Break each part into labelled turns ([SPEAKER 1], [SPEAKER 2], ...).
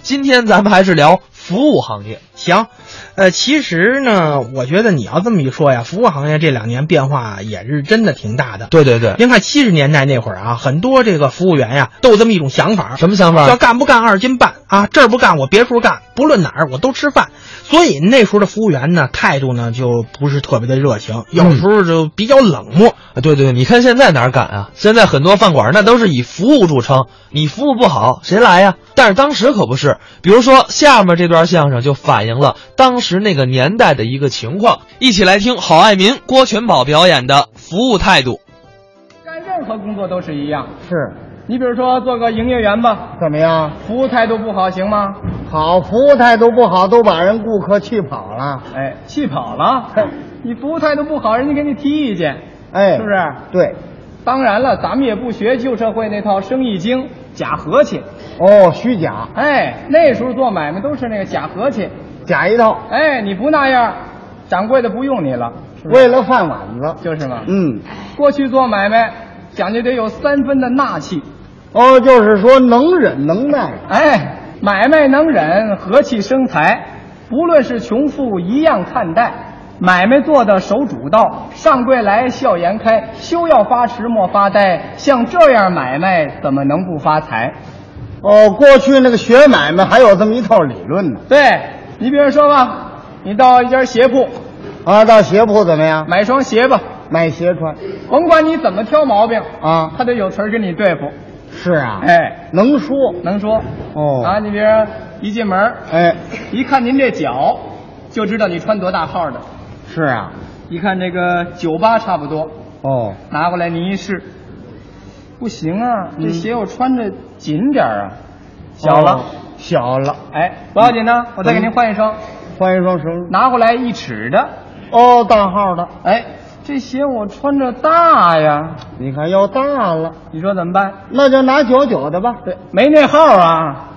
[SPEAKER 1] 今天咱们还是聊服务行业。
[SPEAKER 2] 行，呃，其实呢，我觉得你要这么一说呀，服务行业这两年变化也是真的挺大的。
[SPEAKER 1] 对对对，
[SPEAKER 2] 您看七十年代那会儿啊，很多这个服务员呀都有这么一种想法，
[SPEAKER 1] 什么想
[SPEAKER 2] 叫
[SPEAKER 1] 法？
[SPEAKER 2] 干不干二斤半啊，这儿不干我别处干，不论哪儿我都吃饭。所以那时候的服务员呢，态度呢就不是特别的热情，
[SPEAKER 1] 嗯
[SPEAKER 2] 有时候就比较冷漠。
[SPEAKER 1] 啊对对对，你看现在哪儿敢啊？现在很多饭馆那都是以服务著称，你服务不好谁来呀？但是当时可不是。比如说下面这段相声就反映了当时那个年代的一个情况，一起来听郝爱民、郭全宝表演的服务态度。
[SPEAKER 3] 干任何工作都是一样。
[SPEAKER 4] 是，
[SPEAKER 3] 你比如说做个营业员吧，
[SPEAKER 4] 怎么样？
[SPEAKER 3] 服务态度不好行吗？
[SPEAKER 4] 好，服务态度不好，都把人顾客气跑了。
[SPEAKER 3] 哎，气跑了
[SPEAKER 4] 嘿。
[SPEAKER 3] 你服务态度不好，人家给你提意见，
[SPEAKER 4] 哎，
[SPEAKER 3] 是不是？
[SPEAKER 4] 对，
[SPEAKER 3] 当然了，咱们也不学旧社会那套生意经、假和气。
[SPEAKER 4] 哦，虚假，
[SPEAKER 3] 哎，那时候做买卖都是那个假和气。
[SPEAKER 4] 假一套，
[SPEAKER 3] 哎，你不那样，掌柜的不用你了，是不是？
[SPEAKER 4] 为了饭碗子。
[SPEAKER 3] 就是嘛。
[SPEAKER 4] 嗯，
[SPEAKER 3] 过去做买卖讲究得有三分的纳气。
[SPEAKER 4] 哦，就是说能忍能耐。
[SPEAKER 3] 哎，买卖能忍，和气生财，不论是穷富一样看待。买卖做的守主道，上柜来笑颜开，休要发迟莫发呆。像这样买卖，怎么能不发财？
[SPEAKER 4] 哦，过去那个学买卖还有这么一套理论呢。
[SPEAKER 3] 对你比如说吧，你到一家鞋铺
[SPEAKER 4] 啊，到鞋铺怎么样？
[SPEAKER 3] 买双鞋吧，
[SPEAKER 4] 买鞋穿。
[SPEAKER 3] 甭管你怎么挑毛病
[SPEAKER 4] 啊
[SPEAKER 3] 他得有词儿跟你对付。
[SPEAKER 4] 是啊，，
[SPEAKER 3] 哎，
[SPEAKER 4] 能说。
[SPEAKER 3] 能说
[SPEAKER 4] 哦
[SPEAKER 3] 啊？你比如说一进门，
[SPEAKER 4] 哎，
[SPEAKER 3] 一看您这脚，就知道你穿多大号的。
[SPEAKER 4] 是啊。
[SPEAKER 3] 一看这个酒吧差不多，
[SPEAKER 4] 哦，
[SPEAKER 3] 拿过来您一试，不行啊，这鞋我穿着紧点儿啊，小了。
[SPEAKER 4] 哦小了，
[SPEAKER 3] 哎，不要紧呢，我再给您换一双。
[SPEAKER 4] 换一双什么？
[SPEAKER 3] 拿过来一尺的，
[SPEAKER 4] 哦，大号的，
[SPEAKER 3] 哎，这鞋我穿着大呀，
[SPEAKER 4] 你看要大了，
[SPEAKER 3] 你说怎么办？
[SPEAKER 4] 那就拿九九的吧。对，
[SPEAKER 3] 没那号啊。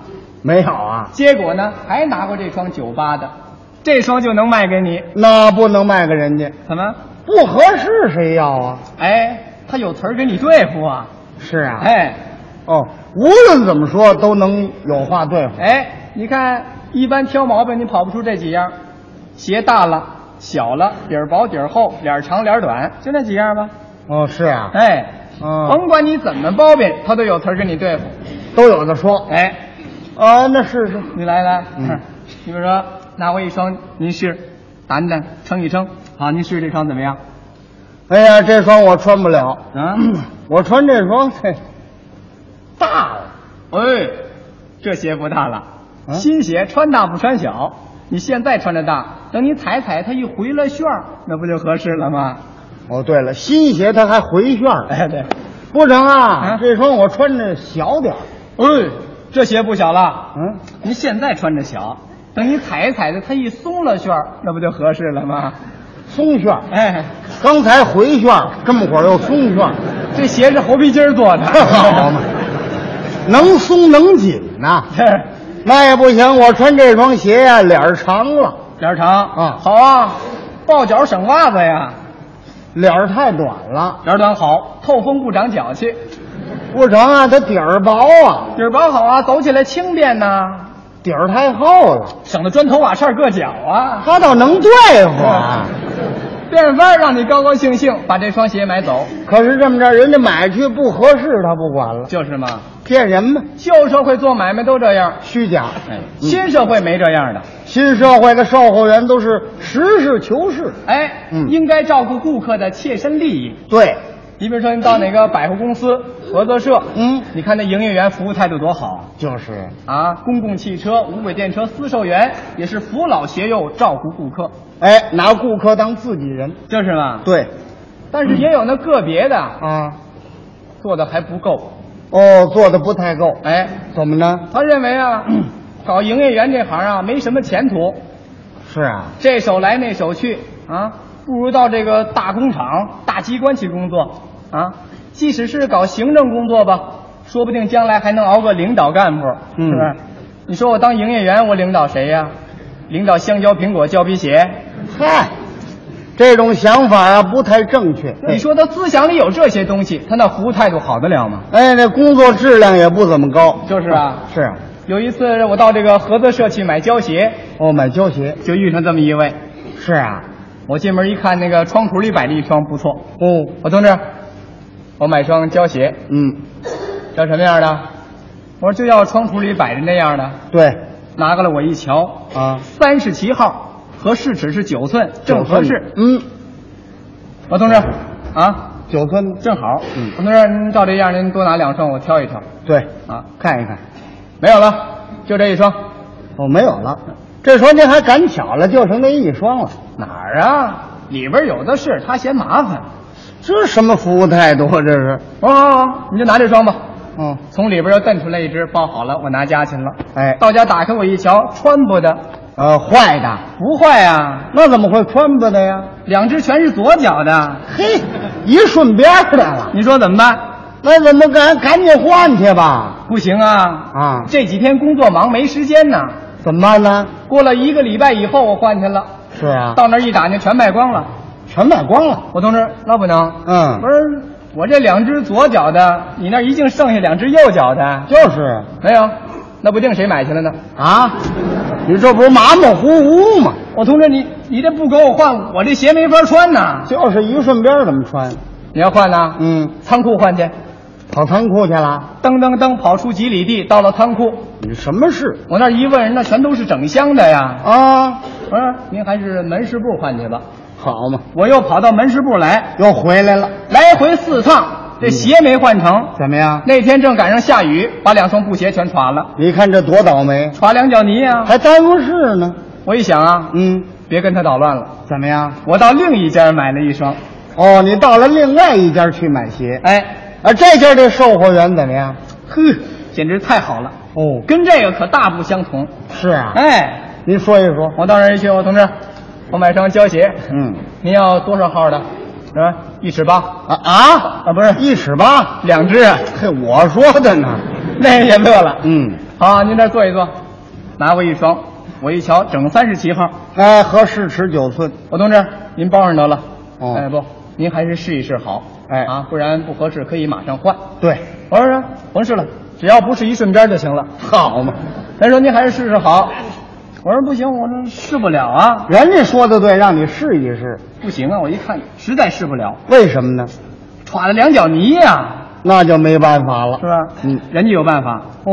[SPEAKER 4] 没有啊。
[SPEAKER 3] 结果呢，还拿过这双九八的，这双就能卖给你。
[SPEAKER 4] 那不能卖给人家，
[SPEAKER 3] 怎么？
[SPEAKER 4] 不合适谁要啊？
[SPEAKER 3] 哎，他有词儿跟你对付啊。
[SPEAKER 4] 是啊哎
[SPEAKER 3] 哎
[SPEAKER 4] 哦，无论怎么说都能有话对付。
[SPEAKER 3] 哎，你看，一般挑毛病你跑不出这几样：鞋大了、小了、底儿薄、底儿厚、脸儿长、脸儿短，就那几样吧。
[SPEAKER 4] 哦，是啊，
[SPEAKER 3] 哎，
[SPEAKER 4] 嗯
[SPEAKER 3] 甭管你怎么包庇，他都有词儿跟你对付。
[SPEAKER 4] 都有的说。
[SPEAKER 3] 哎，
[SPEAKER 4] 啊，那试试。
[SPEAKER 3] 你来来，
[SPEAKER 4] 嗯
[SPEAKER 3] 你比如说拿回一双，您试，掸掸，称一称，好，您试这双怎么样？
[SPEAKER 4] 哎呀，这双我穿不了，
[SPEAKER 3] 啊，
[SPEAKER 4] 我穿这双，嘿，大了。
[SPEAKER 3] 哎，这鞋不大了，
[SPEAKER 4] 啊
[SPEAKER 3] 新鞋穿大不穿小。你现在穿着大，等你踩踩，它一回了旋儿，那不就合适了吗？
[SPEAKER 4] 哦，对了，新鞋它还回旋儿，
[SPEAKER 3] 哎，对。
[SPEAKER 4] 不成
[SPEAKER 3] 啊
[SPEAKER 4] 啊！这双我穿着小点儿。
[SPEAKER 3] 哎，这鞋不小了，
[SPEAKER 4] 嗯，
[SPEAKER 3] 您现在穿着小，等你踩一踩的，它一松了旋儿，那不就合适了吗？
[SPEAKER 4] 松旋儿，
[SPEAKER 3] 哎，
[SPEAKER 4] 刚才回旋儿，这么会儿又松旋儿，
[SPEAKER 3] 这鞋是猴皮筋儿做的，
[SPEAKER 4] 好嘛？能松能紧呐、
[SPEAKER 3] 是
[SPEAKER 4] 那也不行，我穿这双鞋呀、脸儿长了，
[SPEAKER 3] 脸儿长
[SPEAKER 4] 啊
[SPEAKER 3] 好啊，抱脚省袜子呀，
[SPEAKER 4] 脸儿太短了，
[SPEAKER 3] 脸儿短好，透风不长脚气，
[SPEAKER 4] 不成啊，它底儿薄啊，
[SPEAKER 3] 底儿薄好啊，走起来轻便呐，
[SPEAKER 4] 底儿太厚了，
[SPEAKER 3] 省得砖头瓦片硌脚啊。
[SPEAKER 4] 它倒能对付啊。
[SPEAKER 3] 变着法儿让你高高兴兴把这双鞋买走，
[SPEAKER 4] 可是这么着，人家买去不合适，他不管了，
[SPEAKER 3] 就是嘛，
[SPEAKER 4] 骗人吧，
[SPEAKER 3] 旧社会做买卖都这样，
[SPEAKER 4] 虚假。
[SPEAKER 3] 哎，新社会没这样的。
[SPEAKER 4] 新社会的售货员都是实事求是，
[SPEAKER 3] 哎，
[SPEAKER 4] 嗯
[SPEAKER 3] 应该照顾顾客的切身利益。
[SPEAKER 4] 对，
[SPEAKER 3] 你比如说，你到哪个百货公司、合作社，
[SPEAKER 4] 嗯
[SPEAKER 3] 你看那营业员服务态度多好
[SPEAKER 4] 就是
[SPEAKER 3] 啊！公共汽车、无轨电车私售员也是扶老携幼，照顾顾客，
[SPEAKER 4] 哎，拿顾客当自己人，
[SPEAKER 3] 就是嘛。
[SPEAKER 4] 对
[SPEAKER 3] 但是也有那个别的
[SPEAKER 4] 啊，
[SPEAKER 3] 做的还不够，
[SPEAKER 4] 哦，做的不太够，
[SPEAKER 3] 哎，
[SPEAKER 4] 怎么呢？
[SPEAKER 3] 他认为 啊，搞营业员这行啊没什么前途，
[SPEAKER 4] 是啊，
[SPEAKER 3] 这手来那手去啊，不如到这个大工厂、大机关去工作啊。即使是搞行政工作吧，说不定将来还能熬个领导干部，
[SPEAKER 4] 嗯
[SPEAKER 3] 是不是？你说我当营业员，我领导谁呀、领导香蕉、苹果、胶皮鞋。
[SPEAKER 4] 嗨，这种想法啊不太正确。
[SPEAKER 3] 你说他思想里有这些东西，他那服务态度好得了吗？
[SPEAKER 4] 哎，那工作质量也不怎么高。
[SPEAKER 3] 就是啊
[SPEAKER 4] 是啊，
[SPEAKER 3] 有一次我到这个合作社去买胶鞋，
[SPEAKER 4] 哦，买胶鞋。
[SPEAKER 3] 就遇上这么一位。
[SPEAKER 4] 是啊，
[SPEAKER 3] 我进门一看，那个窗橱里摆着一双，不错。
[SPEAKER 4] 哦，
[SPEAKER 3] 我同志，我买双胶鞋，
[SPEAKER 4] 嗯，
[SPEAKER 3] 要什么样的？我说就要窗橱里摆着那样的。
[SPEAKER 4] 对，
[SPEAKER 3] 拿过来我一瞧，
[SPEAKER 4] 啊，
[SPEAKER 3] 三十七号，合适尺是九寸，正合适。
[SPEAKER 4] 嗯，
[SPEAKER 3] 我同志，啊，
[SPEAKER 4] 九寸
[SPEAKER 3] 正好。
[SPEAKER 4] 嗯
[SPEAKER 3] 我同志，您照这样，您多拿两双，我挑一挑。
[SPEAKER 4] 对，
[SPEAKER 3] 啊，看一看，没有了，就这一双。
[SPEAKER 4] 哦，没有了。这时候您还赶巧了，就剩那一双了，
[SPEAKER 3] 哪儿啊？里边有的是，他嫌麻烦。
[SPEAKER 4] 这什么服务态度啊？这是，
[SPEAKER 3] 哦，好好，你就拿这双吧。
[SPEAKER 4] 嗯，
[SPEAKER 3] 从里边又蹬出来一只，包好了，我拿家去了。
[SPEAKER 4] 哎
[SPEAKER 3] 到家打开我一瞧，穿不的，
[SPEAKER 4] 呃，坏的，
[SPEAKER 3] 不坏啊，
[SPEAKER 4] 那怎么会穿不得呀？
[SPEAKER 3] 两只全是左脚的。
[SPEAKER 4] 嘿，一顺边儿来了，
[SPEAKER 3] 你说怎么办？
[SPEAKER 4] 那怎么赶赶紧换去吧？
[SPEAKER 3] 不行啊，
[SPEAKER 4] 啊，
[SPEAKER 3] 这几天工作忙没时间呢。
[SPEAKER 4] 怎么办呢？
[SPEAKER 3] 过了一个礼拜以后，我换去了，
[SPEAKER 4] 是啊，
[SPEAKER 3] 到那儿一打听全卖光了。
[SPEAKER 4] 全买光了。
[SPEAKER 3] 我同志，那不能，
[SPEAKER 4] 嗯
[SPEAKER 3] 不，是我这两只左脚的，你那儿一竟剩下两只右脚的，
[SPEAKER 4] 就是
[SPEAKER 3] 没有，那不定谁买去了呢。
[SPEAKER 4] 啊，你这不是马马虎虎吗？
[SPEAKER 3] 我同志，你你这不给我换，我这鞋没法穿呐。
[SPEAKER 4] 就是一顺边儿怎么穿？
[SPEAKER 3] 你要换呢？
[SPEAKER 4] 嗯，
[SPEAKER 3] 仓库换去，
[SPEAKER 4] 跑仓库去了？
[SPEAKER 3] 噔噔噔跑出几里地，到了仓库，
[SPEAKER 4] 你什么事
[SPEAKER 3] 我那儿一问，人那全都是整箱的呀。
[SPEAKER 4] 啊？
[SPEAKER 3] 我说您还是门市部换去吧。
[SPEAKER 4] 好嘛，
[SPEAKER 3] 我又跑到门市部来，
[SPEAKER 4] 又回来了，
[SPEAKER 3] 来回四趟，这鞋没换成。
[SPEAKER 4] 怎么样？
[SPEAKER 3] 那天正赶上下雨，把两双布鞋全穿了，
[SPEAKER 4] 你看这多倒霉，
[SPEAKER 3] 穿两脚泥呀、
[SPEAKER 4] 还耽误事呢。
[SPEAKER 3] 我一想啊，
[SPEAKER 4] 嗯，
[SPEAKER 3] 别跟他捣乱了，
[SPEAKER 4] 怎么样？
[SPEAKER 3] 我到另一家买了一双。
[SPEAKER 4] 哦，你到了另外一家去买鞋，
[SPEAKER 3] 哎，
[SPEAKER 4] 啊，这家这售货员怎么样？
[SPEAKER 3] 呵，简直太好了，
[SPEAKER 4] 哦，
[SPEAKER 3] 跟这个可大不相同。
[SPEAKER 4] 是啊，
[SPEAKER 3] 哎，
[SPEAKER 4] 您说一说。
[SPEAKER 3] 我到那儿一去，我同志，我买双胶鞋，
[SPEAKER 4] 嗯
[SPEAKER 3] 您要多少号的？啊，一尺八，
[SPEAKER 4] 啊啊
[SPEAKER 3] 啊不是
[SPEAKER 4] 一尺八，
[SPEAKER 3] 两只。
[SPEAKER 4] 嘿，我说的呢。
[SPEAKER 3] 那人也乐了。
[SPEAKER 4] 嗯，
[SPEAKER 3] 好，您这儿坐一坐，拿过一双，我一瞧，整三十七号。
[SPEAKER 4] 哎，合适尺九寸。
[SPEAKER 3] 我同志，您包上得了。
[SPEAKER 4] 哦
[SPEAKER 3] 哎不，您还是试一试好。
[SPEAKER 4] 哎
[SPEAKER 3] 啊，不然不合适可以马上换。
[SPEAKER 4] 对，
[SPEAKER 3] 我说哎甭试了，只要不是一顺边就行了。
[SPEAKER 4] 好嘛，
[SPEAKER 3] 他说您还是试试好。我说不行，我说试不了啊，
[SPEAKER 4] 人家说的对，让你试一试，
[SPEAKER 3] 不行啊！我一看实在试不了，
[SPEAKER 4] 为什么呢？
[SPEAKER 3] 喘了两脚泥呀、
[SPEAKER 4] 那就没办法
[SPEAKER 3] 是
[SPEAKER 4] 了。
[SPEAKER 3] 吧？
[SPEAKER 4] 嗯，
[SPEAKER 3] 人家有办法。
[SPEAKER 4] 哦，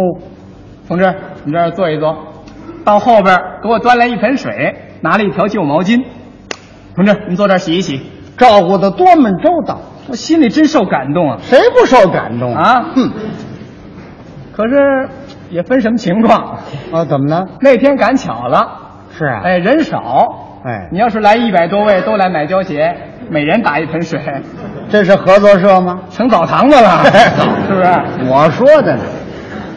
[SPEAKER 3] 同志，你这儿坐一坐，到后边儿给我端来一盆水，拿了一条旧毛巾。同志，您坐这儿洗一洗，
[SPEAKER 4] 照顾的多么周到，
[SPEAKER 3] 我心里真受感动啊！
[SPEAKER 4] 谁不受感动
[SPEAKER 3] 啊
[SPEAKER 4] 哼，
[SPEAKER 3] 可是也分什么情 况，
[SPEAKER 4] 啊，怎么呢？
[SPEAKER 3] 那天赶巧了，
[SPEAKER 4] 是啊，
[SPEAKER 3] 哎，人少，
[SPEAKER 4] 哎
[SPEAKER 3] 你要是来一百多位都来买胶鞋，每人打一盆水，
[SPEAKER 4] 这是合作社吗？
[SPEAKER 3] 成澡堂子
[SPEAKER 4] 啊
[SPEAKER 3] 了，是不是？
[SPEAKER 4] 我说的呢。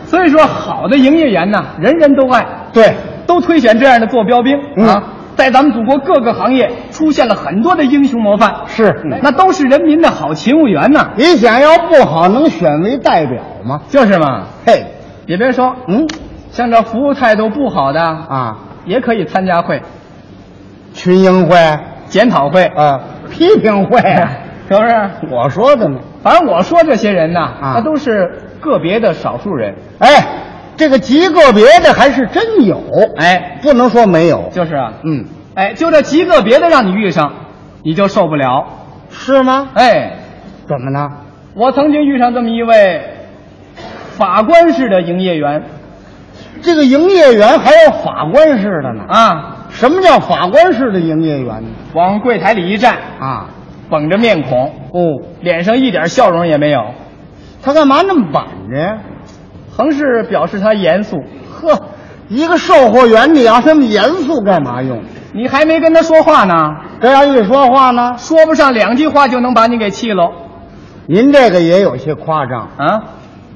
[SPEAKER 3] 所以说，好的营业员呐，人人都爱，
[SPEAKER 4] 对，
[SPEAKER 3] 都推选这样的坐标兵、
[SPEAKER 4] 嗯
[SPEAKER 3] 啊，在咱们祖国各个行业出现了很多的英雄模范，
[SPEAKER 4] 是
[SPEAKER 3] 哎那都是人民的好勤务员呐，
[SPEAKER 4] 你想要不好，能选为代表吗？
[SPEAKER 3] 就是嘛。
[SPEAKER 4] 嘿，
[SPEAKER 3] 也别说，
[SPEAKER 4] 嗯
[SPEAKER 3] 像这服务态度不好的啊，
[SPEAKER 4] 啊，
[SPEAKER 3] 也可以参加会、
[SPEAKER 4] 群英会
[SPEAKER 3] 检讨会，
[SPEAKER 4] 啊，批评会，啊
[SPEAKER 3] 是不哎是？
[SPEAKER 4] 我说的呢。
[SPEAKER 3] 反正我说这些人呐，
[SPEAKER 4] 哎啊
[SPEAKER 3] 那都是个别的少数人，
[SPEAKER 4] 哎，这个极个别的还是真有，
[SPEAKER 3] 哎，
[SPEAKER 4] 不能说没有。
[SPEAKER 3] 就是啊，
[SPEAKER 4] 嗯，
[SPEAKER 3] 哎，就这极个别的让你遇上，你就受不了，
[SPEAKER 4] 是吗？
[SPEAKER 3] 哎。
[SPEAKER 4] 怎么呢？
[SPEAKER 3] 我曾经遇上这么一位法官式的营业员
[SPEAKER 4] 这个营业员还有法官式的呢。
[SPEAKER 3] 啊，
[SPEAKER 4] 什么叫法官式的营业员呢？
[SPEAKER 3] 往柜台里一站，
[SPEAKER 4] 啊，
[SPEAKER 3] 绷着面孔，
[SPEAKER 4] 哦，
[SPEAKER 3] 脸上一点笑容也没有，
[SPEAKER 4] 他干嘛那么板着呀？
[SPEAKER 3] 横是表示他严肃。
[SPEAKER 4] 呵，一个售货员，你要这么严肃干嘛用？
[SPEAKER 3] 你还没跟他说话呢，
[SPEAKER 4] 这要一说话呢，
[SPEAKER 3] 说不上两句话就能把你给气喽
[SPEAKER 4] 您这个也有些夸张。
[SPEAKER 3] 啊！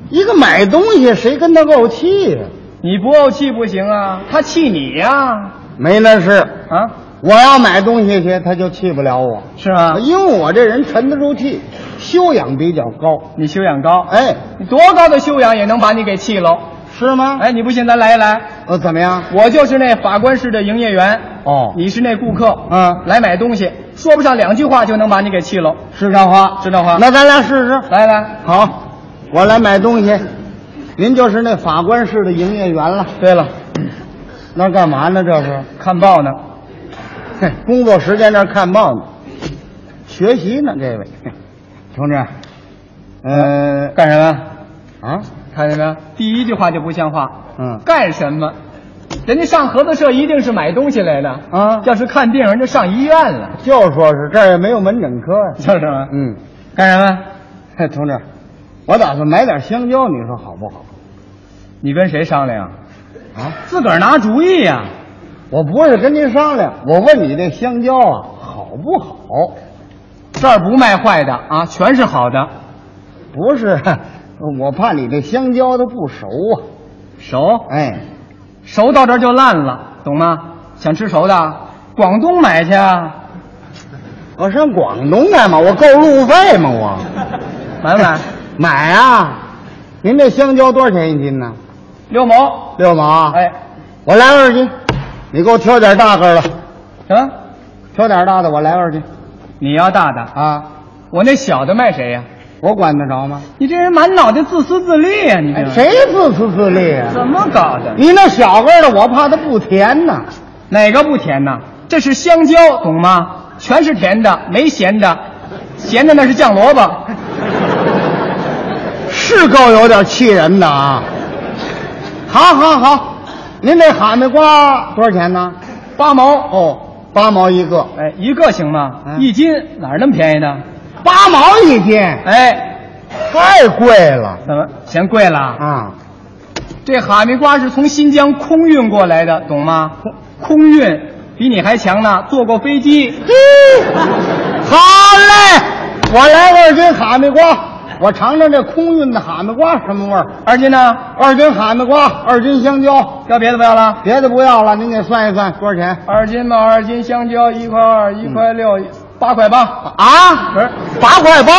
[SPEAKER 4] 一个买东西，谁跟他怄气呀？
[SPEAKER 3] 你不怄气不行啊，他气你呀
[SPEAKER 4] 没那事，
[SPEAKER 3] 啊
[SPEAKER 4] 我要买东西去，他就气不了我，啊
[SPEAKER 3] 是吗？
[SPEAKER 4] 因为我这人沉得住气，修养比较高。
[SPEAKER 3] 你修养高，
[SPEAKER 4] 哎，
[SPEAKER 3] 你多高的修养也能把你给气喽。
[SPEAKER 4] 是吗？，
[SPEAKER 3] 哎，你不信咱来一来，
[SPEAKER 4] 呃，怎么样？
[SPEAKER 3] 我就是那法官式的营业员，
[SPEAKER 4] 哦，
[SPEAKER 3] 你是那顾客，
[SPEAKER 4] 嗯，
[SPEAKER 3] 来买东西，说不上两句话就能把你给气喽。
[SPEAKER 4] 是这话，
[SPEAKER 3] 是这话
[SPEAKER 4] 那咱俩试试。
[SPEAKER 3] 来来，
[SPEAKER 4] 好，我来买东西。您就是那法官室的营业员了。
[SPEAKER 3] 对了，
[SPEAKER 4] 那干嘛呢？这是
[SPEAKER 3] 看报呢，
[SPEAKER 4] 嘿工作时间那儿看报呢，学习呢，这位嘿同志，呃，
[SPEAKER 3] 干什么？
[SPEAKER 4] 啊，
[SPEAKER 3] 看见没有？第一句话就不像话。
[SPEAKER 4] 嗯
[SPEAKER 3] 干什么？人家上合作社一定是买东西来的
[SPEAKER 4] 啊
[SPEAKER 3] 要是看病人就上医院了，
[SPEAKER 4] 就说是这儿也没有门诊科呀、
[SPEAKER 3] 就是吗？
[SPEAKER 4] 嗯，
[SPEAKER 3] 干什么？
[SPEAKER 4] 嘿，同志，我打算买点香蕉，你说好不好？
[SPEAKER 3] 你跟谁商量？
[SPEAKER 4] 啊，
[SPEAKER 3] 自个儿拿主意呀、
[SPEAKER 4] 我不是跟您商量，我问你这香蕉啊好不好？
[SPEAKER 3] 这儿不卖坏的啊，全是好的。
[SPEAKER 4] 不是， 我怕你这香蕉它不熟啊。
[SPEAKER 3] 熟，
[SPEAKER 4] 哎，
[SPEAKER 3] 熟到这儿就烂了，懂吗？想吃熟的，广东买去啊，
[SPEAKER 4] 我上广东干嘛？我够路费吗？我
[SPEAKER 3] 买不买？
[SPEAKER 4] 买啊！您这香蕉多少钱一斤呢？
[SPEAKER 3] 六毛。
[SPEAKER 4] 六毛。，啊
[SPEAKER 3] 哎，
[SPEAKER 4] 我来二斤，你给我挑点大个儿的，
[SPEAKER 3] 什么？
[SPEAKER 4] 挑点大的，我来二斤
[SPEAKER 3] 啊你要大的，
[SPEAKER 4] 啊！
[SPEAKER 3] 我那小的卖谁呀、
[SPEAKER 4] 我管得着吗？
[SPEAKER 3] 你这人满脑袋自私自利呀、你这
[SPEAKER 4] 哎
[SPEAKER 3] 人、
[SPEAKER 4] 谁自私自利啊？
[SPEAKER 3] 怎么搞的？
[SPEAKER 4] 你那小个儿的，我怕它不甜呢。
[SPEAKER 3] 哪个不甜呐？这是香蕉，懂吗？全是甜的，没咸的，咸的那是酱萝卜。
[SPEAKER 4] 是够有点气人的啊！好，好，好，您这哈密瓜多少钱呢？
[SPEAKER 3] 八毛，
[SPEAKER 4] 哦，八毛一个，
[SPEAKER 3] 哎，一个行吗？
[SPEAKER 4] 嗯
[SPEAKER 3] 一斤哪儿那么便宜呢？
[SPEAKER 4] 八毛一斤，
[SPEAKER 3] 哎，
[SPEAKER 4] 太贵了
[SPEAKER 3] 怎么嫌贵了？
[SPEAKER 4] 啊！
[SPEAKER 3] 这哈密瓜是从新疆空运过来的，懂吗？空运比你还强呢，坐过飞 机。
[SPEAKER 4] 嘿，好嘞，我来二斤哈密瓜，我尝尝这空运的哈密瓜什么味儿。
[SPEAKER 3] 而且呢，
[SPEAKER 4] 二斤哈密瓜，二斤香蕉，
[SPEAKER 3] 要别的不要了。
[SPEAKER 4] 别的不要了，您给算一算多少钱？
[SPEAKER 3] 二斤吧，二斤香蕉一块二，一块六，八块八，
[SPEAKER 4] 嗯啊
[SPEAKER 3] 不是
[SPEAKER 4] 八块八。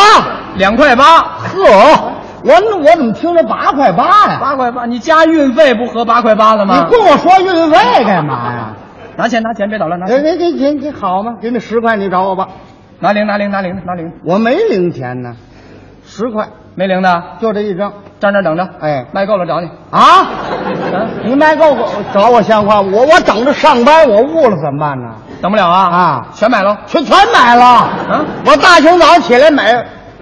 [SPEAKER 3] 两块 八，
[SPEAKER 4] 呵，我我怎么听着八块八呀、
[SPEAKER 3] 八块八，你加运费不合八块八了吗
[SPEAKER 4] 你？跟我说运费干嘛呀？
[SPEAKER 3] 拿钱拿钱，别捣乱，拿
[SPEAKER 4] 哎，
[SPEAKER 3] 钱，
[SPEAKER 4] 给给给给好吗？给你十块，你找我吧。
[SPEAKER 3] 拿零拿零拿零拿零，
[SPEAKER 4] 我没零钱呢，十块
[SPEAKER 3] 没零的
[SPEAKER 4] 就这一张。
[SPEAKER 3] 站这儿等着，
[SPEAKER 4] 哎
[SPEAKER 3] 卖够了找你。
[SPEAKER 4] 啊，
[SPEAKER 3] 嗯，
[SPEAKER 4] 你卖够我找我像话？我我等着上班，我误了怎么办呢？
[SPEAKER 3] 等不了啊
[SPEAKER 4] 啊
[SPEAKER 3] 全买了。
[SPEAKER 4] 全全买了
[SPEAKER 3] 啊！
[SPEAKER 4] 我大清早起来买，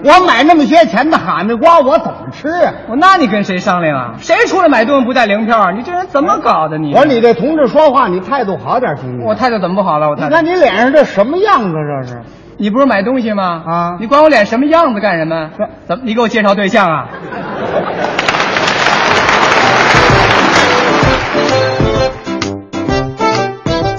[SPEAKER 4] 我买那么些钱的哈密瓜，我怎么吃啊？
[SPEAKER 3] 我那你跟谁商量啊？谁出来买东西不带零票啊？你这人怎么搞的你？
[SPEAKER 4] 我说你这同志说话，你态度好点行不行？
[SPEAKER 3] 嗯我态度怎么不好了？我态
[SPEAKER 4] 你
[SPEAKER 3] 度
[SPEAKER 4] 看你脸上这什么样子？这是
[SPEAKER 3] 你不是买东西吗？
[SPEAKER 4] 啊
[SPEAKER 3] 你管我脸什么样子干什么？怎么你给我介绍对象啊？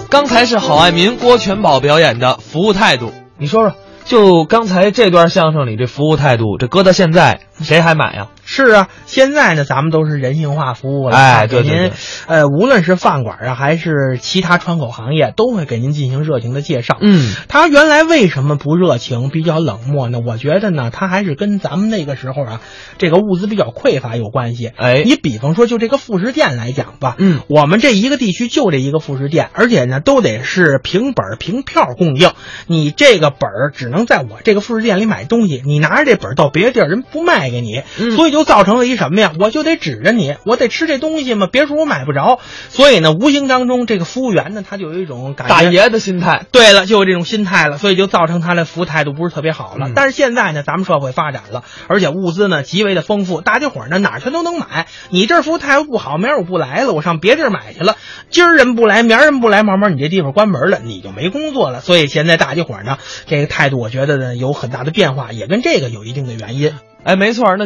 [SPEAKER 1] 刚才是郝爱民、郭全宝表演的服务态度，你说说，就刚才这段相声里这服务态度，这搁到现在谁还买呀？
[SPEAKER 2] 是啊，现在呢，咱们都是人性化服务了，
[SPEAKER 1] 哎对
[SPEAKER 2] 给
[SPEAKER 1] 对
[SPEAKER 2] 您
[SPEAKER 1] 对，
[SPEAKER 2] 呃，无论是饭馆啊，还是其他窗口行业，都会给您进行热情的介绍。
[SPEAKER 1] 嗯，
[SPEAKER 2] 他原来为什么不热情，比较冷漠呢？我觉得呢，他还是跟咱们那个时候啊，这个物资比较匮乏有关系。
[SPEAKER 1] 哎
[SPEAKER 2] 你比方说，就这个副食店来讲吧，
[SPEAKER 1] 嗯
[SPEAKER 2] 我们这一个地区就这一个副食店，而且呢，都得是凭本儿凭票供应。你这个本儿只能在我这个副食店里买东西，你拿着这本儿到别的地儿人不卖给你，
[SPEAKER 1] 嗯
[SPEAKER 2] 所以就造成了一什么呀？我就得指着你，我得吃这东西嘛，别说我买不
[SPEAKER 1] 嗯
[SPEAKER 2] 着。所以呢，无形当中这个服务员呢，他就有一种感觉，
[SPEAKER 1] 大爷的心态，
[SPEAKER 2] 对了，就有这种心态了，所以就造成他的服务态度不是特别好了。
[SPEAKER 1] 嗯
[SPEAKER 2] 但是现在呢，咱们社会发展了，而且物资呢极为的丰富，大家伙儿呢哪儿全都能买。你这儿服务态度不好，明儿我不来了，我上别地儿买去了。今儿人不来，明儿人不来，慢慢你这地方关门了，你就没工作了。所以现在大家伙儿呢，这个态度我觉得呢有很大的变化，也跟这个有一定的原因。
[SPEAKER 1] 哎，没错儿，那